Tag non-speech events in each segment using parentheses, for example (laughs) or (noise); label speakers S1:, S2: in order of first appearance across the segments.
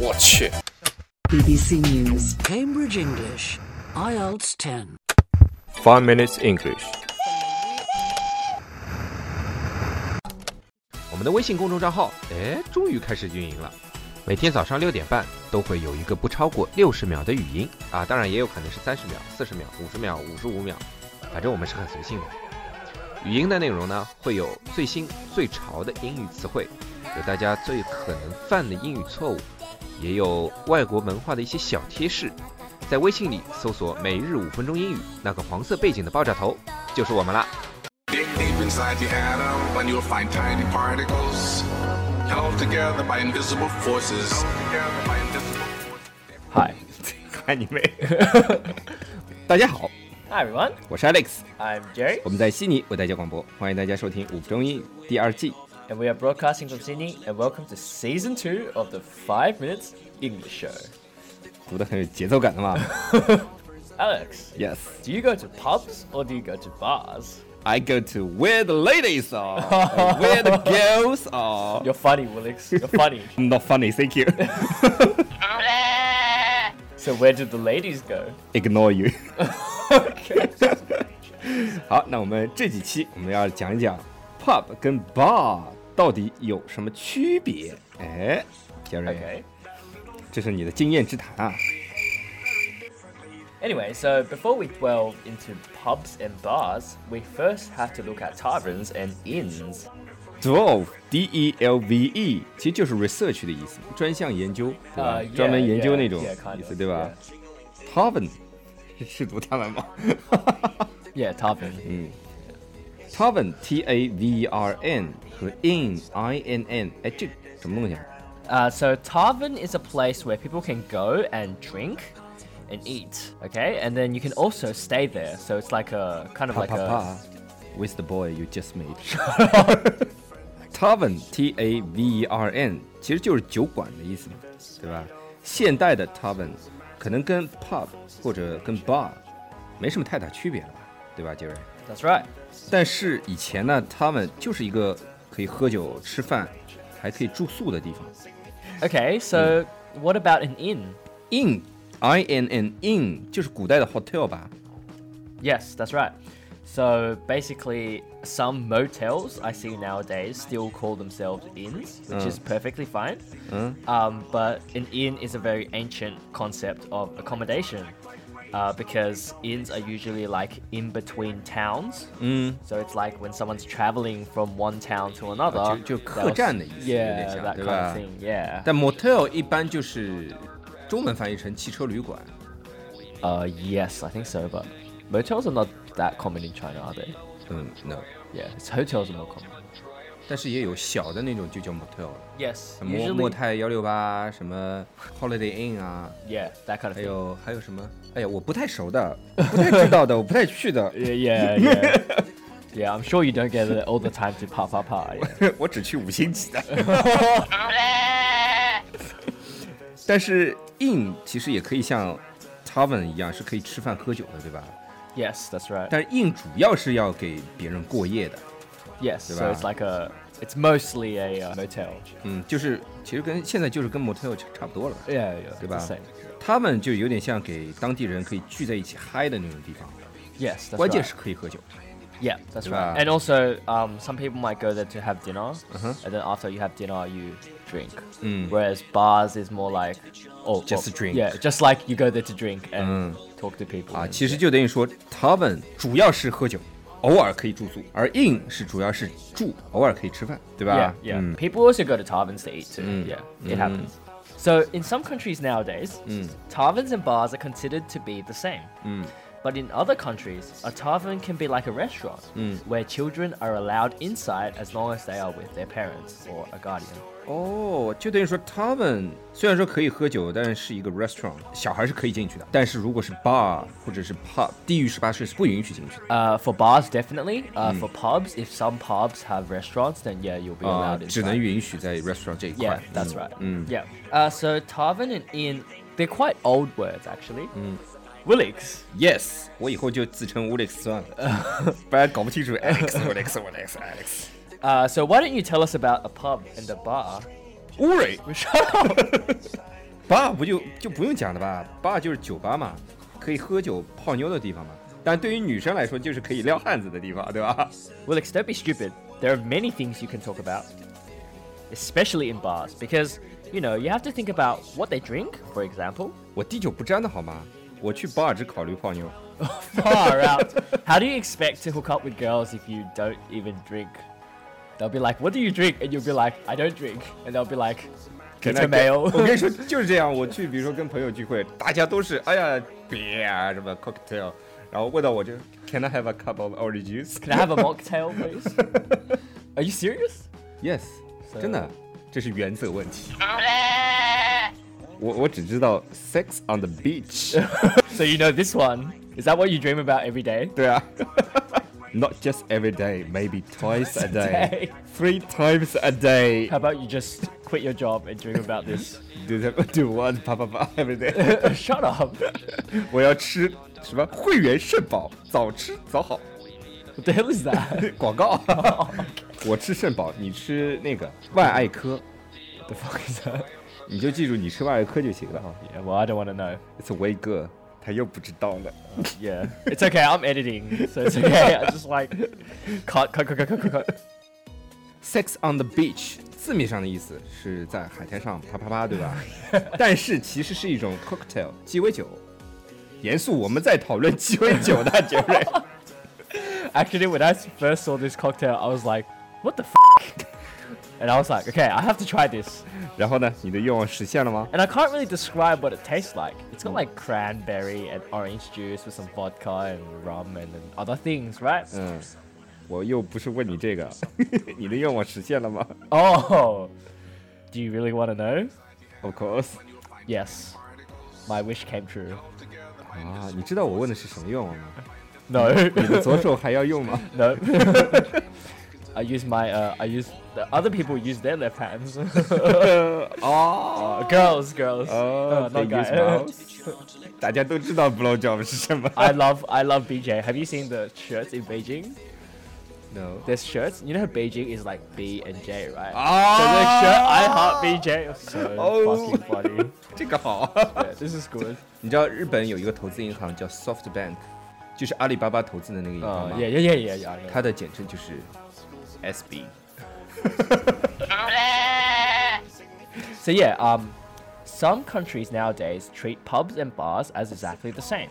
S1: 我去，
S2: BBC News.
S3: Cambridge English, IELTS 10.
S4: Five minutes English。
S5: 我们的微信公众账号，哎，终于开始运营了。每天早上六点半都会有一个不超过六十秒的语音啊，当然也有可能是三十秒、四十秒、五十秒、五十五秒，反正我们是很随性的。语音的内容呢，会有最新最潮的英语词汇，有大家最可能犯的英语错误，也有外国文化的一些小贴士。在微信里搜索“每日五分钟英语”，那个黄色背景的爆炸头就是我们啦。
S6: Dig deep inside the atom and you'll find tiny particles held together by invisible forces. Together by invisible forces.
S4: 嗨，看哎 (laughs) 你妹！大家好，
S7: Hi everyone,
S4: 我是 Alex，
S7: I'm Jerry,
S4: 我们在悉尼为大家广播，欢迎大家收听五分钟英语第二季。
S7: and we are broadcasting from Sydney. And welcome to season two of the Five Minutes English Show.
S4: 读的很有节奏感的 (laughs) 嘛
S7: Alex,
S4: ？Yes，I
S7: do you go to pubs or do you go to bars?
S4: go to where the ladies (laughs) are, and where the girls are.
S7: You're funny, Willix. (laughs) You're funny.
S4: I'm not funny, thank you. (laughs)
S7: so where do the ladies go?
S4: Ignore you. (laughs) 好，那我们这几期我们要讲一讲 pub 跟 bar 到底有什么区别？哎，杰瑞
S7: Okay.
S4: 这是你的经验之谈啊。
S7: Anyway, so before we delve into pubs and bars, we first have to look at taverns and inns.
S4: Delve D E L V E 其实就是 research 的意思，专项研究，对吧
S7: 啊 yeah,
S4: 专门研究
S7: yeah,
S4: 那种
S7: yeah, kind
S4: 意思
S7: of,
S4: 对吧 Tavern 是是读他们吗 (laughs)
S7: Yeah, tavern.
S4: ？Tavern T A V E R N 和 Inn I N N，哎，这什么东西啊？
S7: Uh, so tavern is a place where people can go and drink and eat. Okay, and then you can also stay there. So it's like a kind of
S4: 啪
S7: like
S4: 啪
S7: a
S4: 啪，With the boy you just made。Tavern T A V E R N 其实就是酒馆的意思嘛，对吧？现代的 Tavern 可能跟 pub 或者跟 bar 没什么太大区别了吧，对吧，杰瑞？
S7: That's right.
S4: 但是以前呢，他们就是一个可以喝酒、吃饭，还可以住宿的地方。
S7: Okay, so what about an inn?
S4: Inn I N N Inn 就是古代的 hotel 吧？
S7: Yes, that's right. So basically, some motels I see nowadays still call themselves inns, which is perfectly fine. Um, but an inn is a very ancient concept of accommodation uh, because inns are usually like in between towns. So it's like when someone's traveling from one town to another.
S4: 就就
S7: they'll
S4: 客
S7: s-
S4: 栈的意思，
S7: yeah,
S4: 有点像，
S7: that kind
S4: 对吧？
S7: of thing. Yeah.
S4: 但 motel 一般就是中文翻译成汽车旅馆。
S7: Uh, yes, I think so. But motels are not that common in China, are they?
S4: 嗯，no，
S7: Yeah, it's hotels are more common.
S4: 但是也有小的那种就叫 motel 了，
S7: Yes,
S4: 什么莫
S7: usually.
S4: 莫泰幺六八，什么 Holiday Inn 啊，
S7: Yeah, that kind of
S4: 还
S7: thing.
S4: 有还有什么？哎呀，我不太熟的，不太知道的，我不太去的， (laughs)
S7: Yeah, yeah, (laughs) yeah. yeah, I'm sure you don't get it all the time to pa pa pa. Yeah.
S4: 我只去五星级的。 (laughs) 但是 inn 其实也可以像 tavern 一样，是可以吃饭喝酒的，对吧？
S7: (laughs) Yes, that's right.
S4: 但是 inn 主要是要给别人过夜的，
S7: yes, so
S4: Right.
S7: it's like a, it's mostly a uh, motel.
S4: 嗯，就是其实跟现在就是跟 motel 差不多了。
S7: Yeah, yeah, it's the
S4: 对吧？
S7: same.
S4: 他们就有点像给当地人可以聚在一起嗨的那种地方，
S7: Yes, that's
S4: 关
S7: right.
S4: 键是可以喝酒。
S7: Yeah, that's right.
S4: Right.
S7: And also, um, some people might go there to have dinner, and then after you have dinner, you drink. Whereas bars is more like, oh,
S4: Just
S7: well,
S4: drink.
S7: Yeah, Mm. just like you go there to drink and talk Ah, to people.
S4: 啊，
S7: and-
S4: 其实就等于说他们主要是喝酒，偶尔可以住宿，而 inn 是主要是住，偶尔可以吃饭，对
S7: Yeah,
S4: 吧？
S7: yeah.
S4: 嗯
S7: People also go to taverns to eat too. Yeah, it happens. So in some countries nowadays, taverns and bars are considered to be the same. But in other countries, a tavern can be like a restaurant where children are allowed inside as long as they are with their parents or a guardian.
S4: 哦，就等于说他们虽然说可以喝酒，但是一个 restaurant 小孩是可以进去的，但是如果是 bar 或者是 pub，低于十八岁是不允许进去的
S7: Uh, for bars, definitely. Uh, For pubs, if some pubs have restaurants, then yeah, you'll be
S4: 啊、
S7: allowed
S4: 只能
S7: inside.
S4: 允许在 restaurant 这一块嗯
S7: Yeah,。that's
S4: mm.
S7: right. Yeah. Uh, so tavern and inn, they're quite old words actually. Willix.
S4: Yes，我以后就自称 Alex 算了，不然搞不清楚 Alex Alex Alex Alex。
S7: (laughs) Uh, so why don't you tell us about a pub and a bar?
S4: Uri，吧不就就不用讲了吧？吧就是酒吧嘛，可以喝酒泡妞的地方嘛。但对于女生来说，就是可以撩汉子的地方，对吧？
S7: Willix, don't be stupid. There are many things you can talk about, especially in bars, because, you know, you have to think about what they drink, for example.
S4: 我滴酒不沾的好吗？我去巴尔只考虑泡妞。
S7: (laughs) Far out. How do you expect to hook up with girls if you don't even drink? They'll be like, what do you drink? And you'll be like, I don't drink. And they'll be like, get a (laughs)
S4: 我跟
S7: mail.
S4: 你说就是这样，我去，比如说跟朋友聚会，大家都是哎呀 beer 啊什么 cocktail，然后问到我就 Can I have a cup of orange juice?
S7: Can I have a mocktail, please? (laughs) Are you serious?
S4: Yes，真的，这是原则问题。我我只知道 sex on the beach，
S7: So you know this one. Is that what you dream about every day?
S4: 对啊，not just every day, maybe twice a (laughs)
S7: (laughs)
S4: day, three times a day.
S7: How about you just quit your job and dream about this? (laughs)
S4: Do that, do one, 啪啪啪 every (laughs) day.
S7: Shut up.
S4: 我要吃什么会员肾宝，早吃早好
S7: What the hell is that?
S4: 广 (laughs) 告。我吃肾宝，你吃那个万艾科，
S7: What (laughs) the fuck is that?
S4: 你就记住你吃万艾科就行了。
S7: Yeah, well, I don't want to know.
S4: It's a way good，他又不知道 (laughs) 呢。
S7: Yeah. It's okay, I'm editing, so it's okay. I just like cut, cut, cut, cut, cut, cut, cut.
S4: Sex on the beach，字面上的意思是在海滩上啪啪啪，对吧？ (laughs) 但是其实是一种 cocktail 鸡尾酒。严肃，我们在讨论鸡尾酒的杰瑞。 (laughs)
S7: Actually, when I s- first saw this cocktail, I was like, what the f? And I was like, okay, I have to try this.
S4: 然后呢，你的愿望实现了吗？
S7: And I can't really describe what it tastes like. It's got like cranberry and orange juice with some vodka and rum and, and other things, right?
S4: 嗯，我又不是问你这个， (laughs) 你的愿望实现了吗
S7: Oh, do you really want to know?
S4: ？Of course。
S7: Yes, my wish came true.
S4: 啊，你知道我问的是什么愿望吗？
S7: No,
S4: 你的左手还要用吗？
S7: no. I use my, uh, I use, the other people use their left
S4: (laughs)
S7: hands.
S4: (laughs)
S7: (laughs)
S4: 哦，
S7: girls, girls. Uh,
S4: 哦，
S7: not
S4: Oh, they use
S7: guys.
S4: mouse 大家都知道 blow job 是什么。
S7: (laughs) I love, I love BJ. Have you seen the shirts in Beijing?
S4: No。
S7: There's shirts. You know how Beijing is like B and J, right?
S4: Ah!
S7: So the shirt,
S4: 啊
S7: I heart BJ. is So
S4: Oh.
S7: fucking funny.
S4: 这个好。
S7: Yeah, this is good.
S4: 你知道日本有一个投资银行叫 SoftBank，就是阿里巴巴投资的那个银行
S7: Uh,
S4: 吗？
S7: yeah, yeah, yeah, yeah, yeah. I know.
S4: 它的简称就是 SB。
S7: So yeah, um, some countries nowadays treat pubs and bars as exactly the same.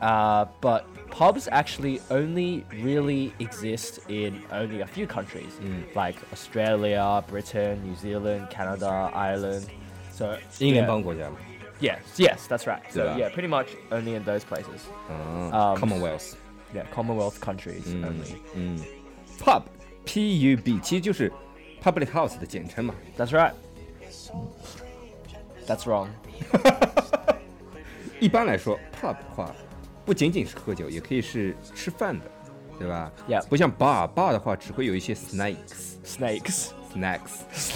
S7: Uh, but pubs actually only really exist in only a few countries, like Australia, Britain, New Zealand, Canada, Ireland. So
S4: 英联
S7: yeah,
S4: 邦国家嘛
S7: Yes, yes, that's right. So
S4: Yeah.
S7: yeah, pretty much only in those places.
S4: 嗯，Commonwealth。
S7: Yeah, Commonwealth countries only.
S4: Pub P U B 其实就是 Public House 的简称嘛。
S7: That's right. That's wrong.
S4: 一般来说，Pub 的话不仅仅是喝酒，也可以是吃饭的，对吧
S7: Yeah
S4: 不像 Bar Bar 的话，只会有一些 Snacks
S7: Snakes.
S4: Snacks。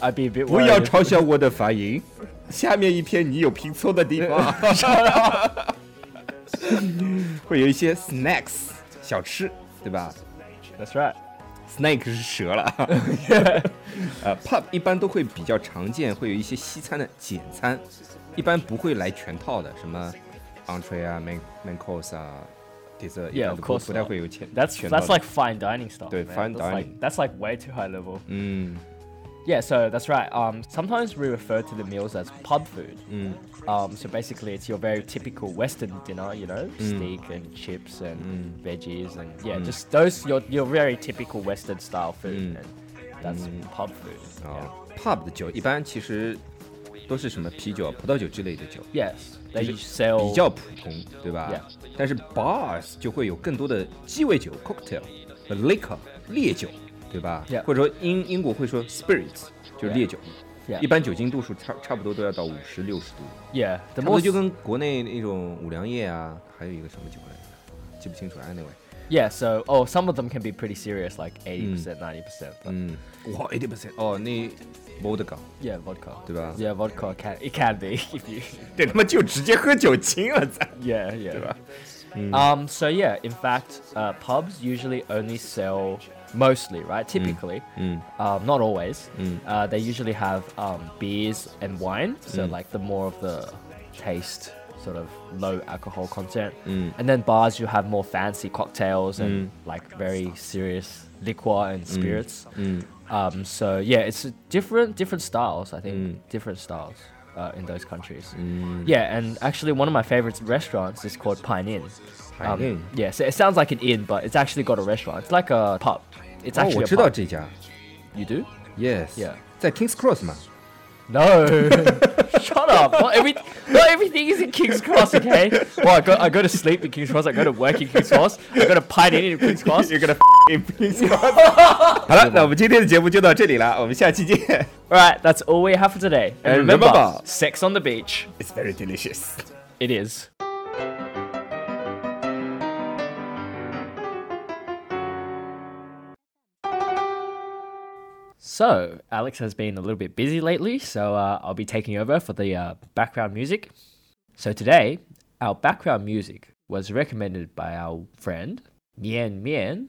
S7: I'd be a bit
S4: 不
S7: worried.
S4: 要嘲笑我的发音。下面一篇你有拼错的地方，会有一些 snacks 小吃，对吧
S7: That's right.
S4: ？snake 是蛇了。 (laughs) 呃，pub 一般都会比较常见，会有一些西餐的简餐，一般不会来全套的，什么 entree 啊、main main course 啊、dessert，一
S7: Yeah,
S4: 般
S7: of
S4: 都
S7: course.
S4: 不不太
S7: not.
S4: 会有全
S7: That's
S4: 全套
S7: that's
S4: 的
S7: like fine dining stuff.
S4: Dude,
S7: man.
S4: fine
S7: that's like-
S4: dining.
S7: that's like way too high level.
S4: 嗯
S7: Yeah, so that's right. Um, sometimes we refer to the meals as pub food. Um, so basically, it's your very typical Western dinner, you know, steak and chips and veggies and yeah, just those your your very typical Western style food. And that's pub food.
S4: 啊，pub 的酒一般其实都是什么啤酒、啊葡萄酒之类的酒。
S7: Yeah. Yes, they
S4: 就是
S7: sell.
S4: 比较普通，对吧
S7: Yeah
S4: 但是 bars 就会有更多的鸡尾酒 cocktail 和 liquor 烈酒，对吧
S7: Yeah
S4: 或者说英英国会说 spirits 就是烈酒
S7: Yeah
S4: 一般酒精度数差差不多都要到五十六十度，
S7: yeah, the
S4: 差不多
S7: more
S4: 就跟国内那种五粮液啊，还有一个什么酒来着，记不清楚，anyway，
S7: yeah. So oh, some of them can be pretty serious, like eighty percent, ninety percent. But
S4: 嗯，哇，eighty percent，哦，那 vodka，
S7: yeah, vodka.
S4: 对吧？
S7: Yeah, vodka can it can be (laughs) if you
S4: 这他妈就直接喝酒精了，咱
S7: Yeah, Mm. yeah. Um, so yeah, in fact, uh, pubs usually only sell mostly, right? Typically, Um, not always. Uh, they usually have um, beers and wine, so like the more of the taste, sort of low alcohol content. And then bars, you have more fancy cocktails and like very serious liquor and spirits. Um, so yeah, it's different different styles. I think different styles. Uh, in those countries, yeah, and actually one of my favorite restaurants is called Pine Inn. Um,
S8: Pine Inn.
S7: yeah, so it sounds like an inn, but it's actually got a restaurant. It's like a pub. It's
S8: 哦，
S4: Oh,
S7: actually
S8: 我
S7: a
S8: 知道
S7: pub.
S8: 这家
S7: You do?
S8: ，yes，
S7: Yeah
S8: 在 Kings Cross 嘛。
S7: No. (laughs) Shut up. Not every not everything is in King's Cross, okay? Well, I go I go to sleep in King's Cross. I go to work in King's Cross. I go to pine in in King's Cross. You're gonna.
S8: (laughs) 好了，那我们今天的节目就到这里了，我们下期见。
S7: All right, that's all we have for today. And,
S8: And
S7: remember,
S8: remember-
S7: sex on the beach.
S8: It's very delicious.
S7: It is. So, Alex has been a little bit busy lately, so uh, I'll be taking over for the uh, background music. So, today, our background music was recommended by our friend Mian Mian,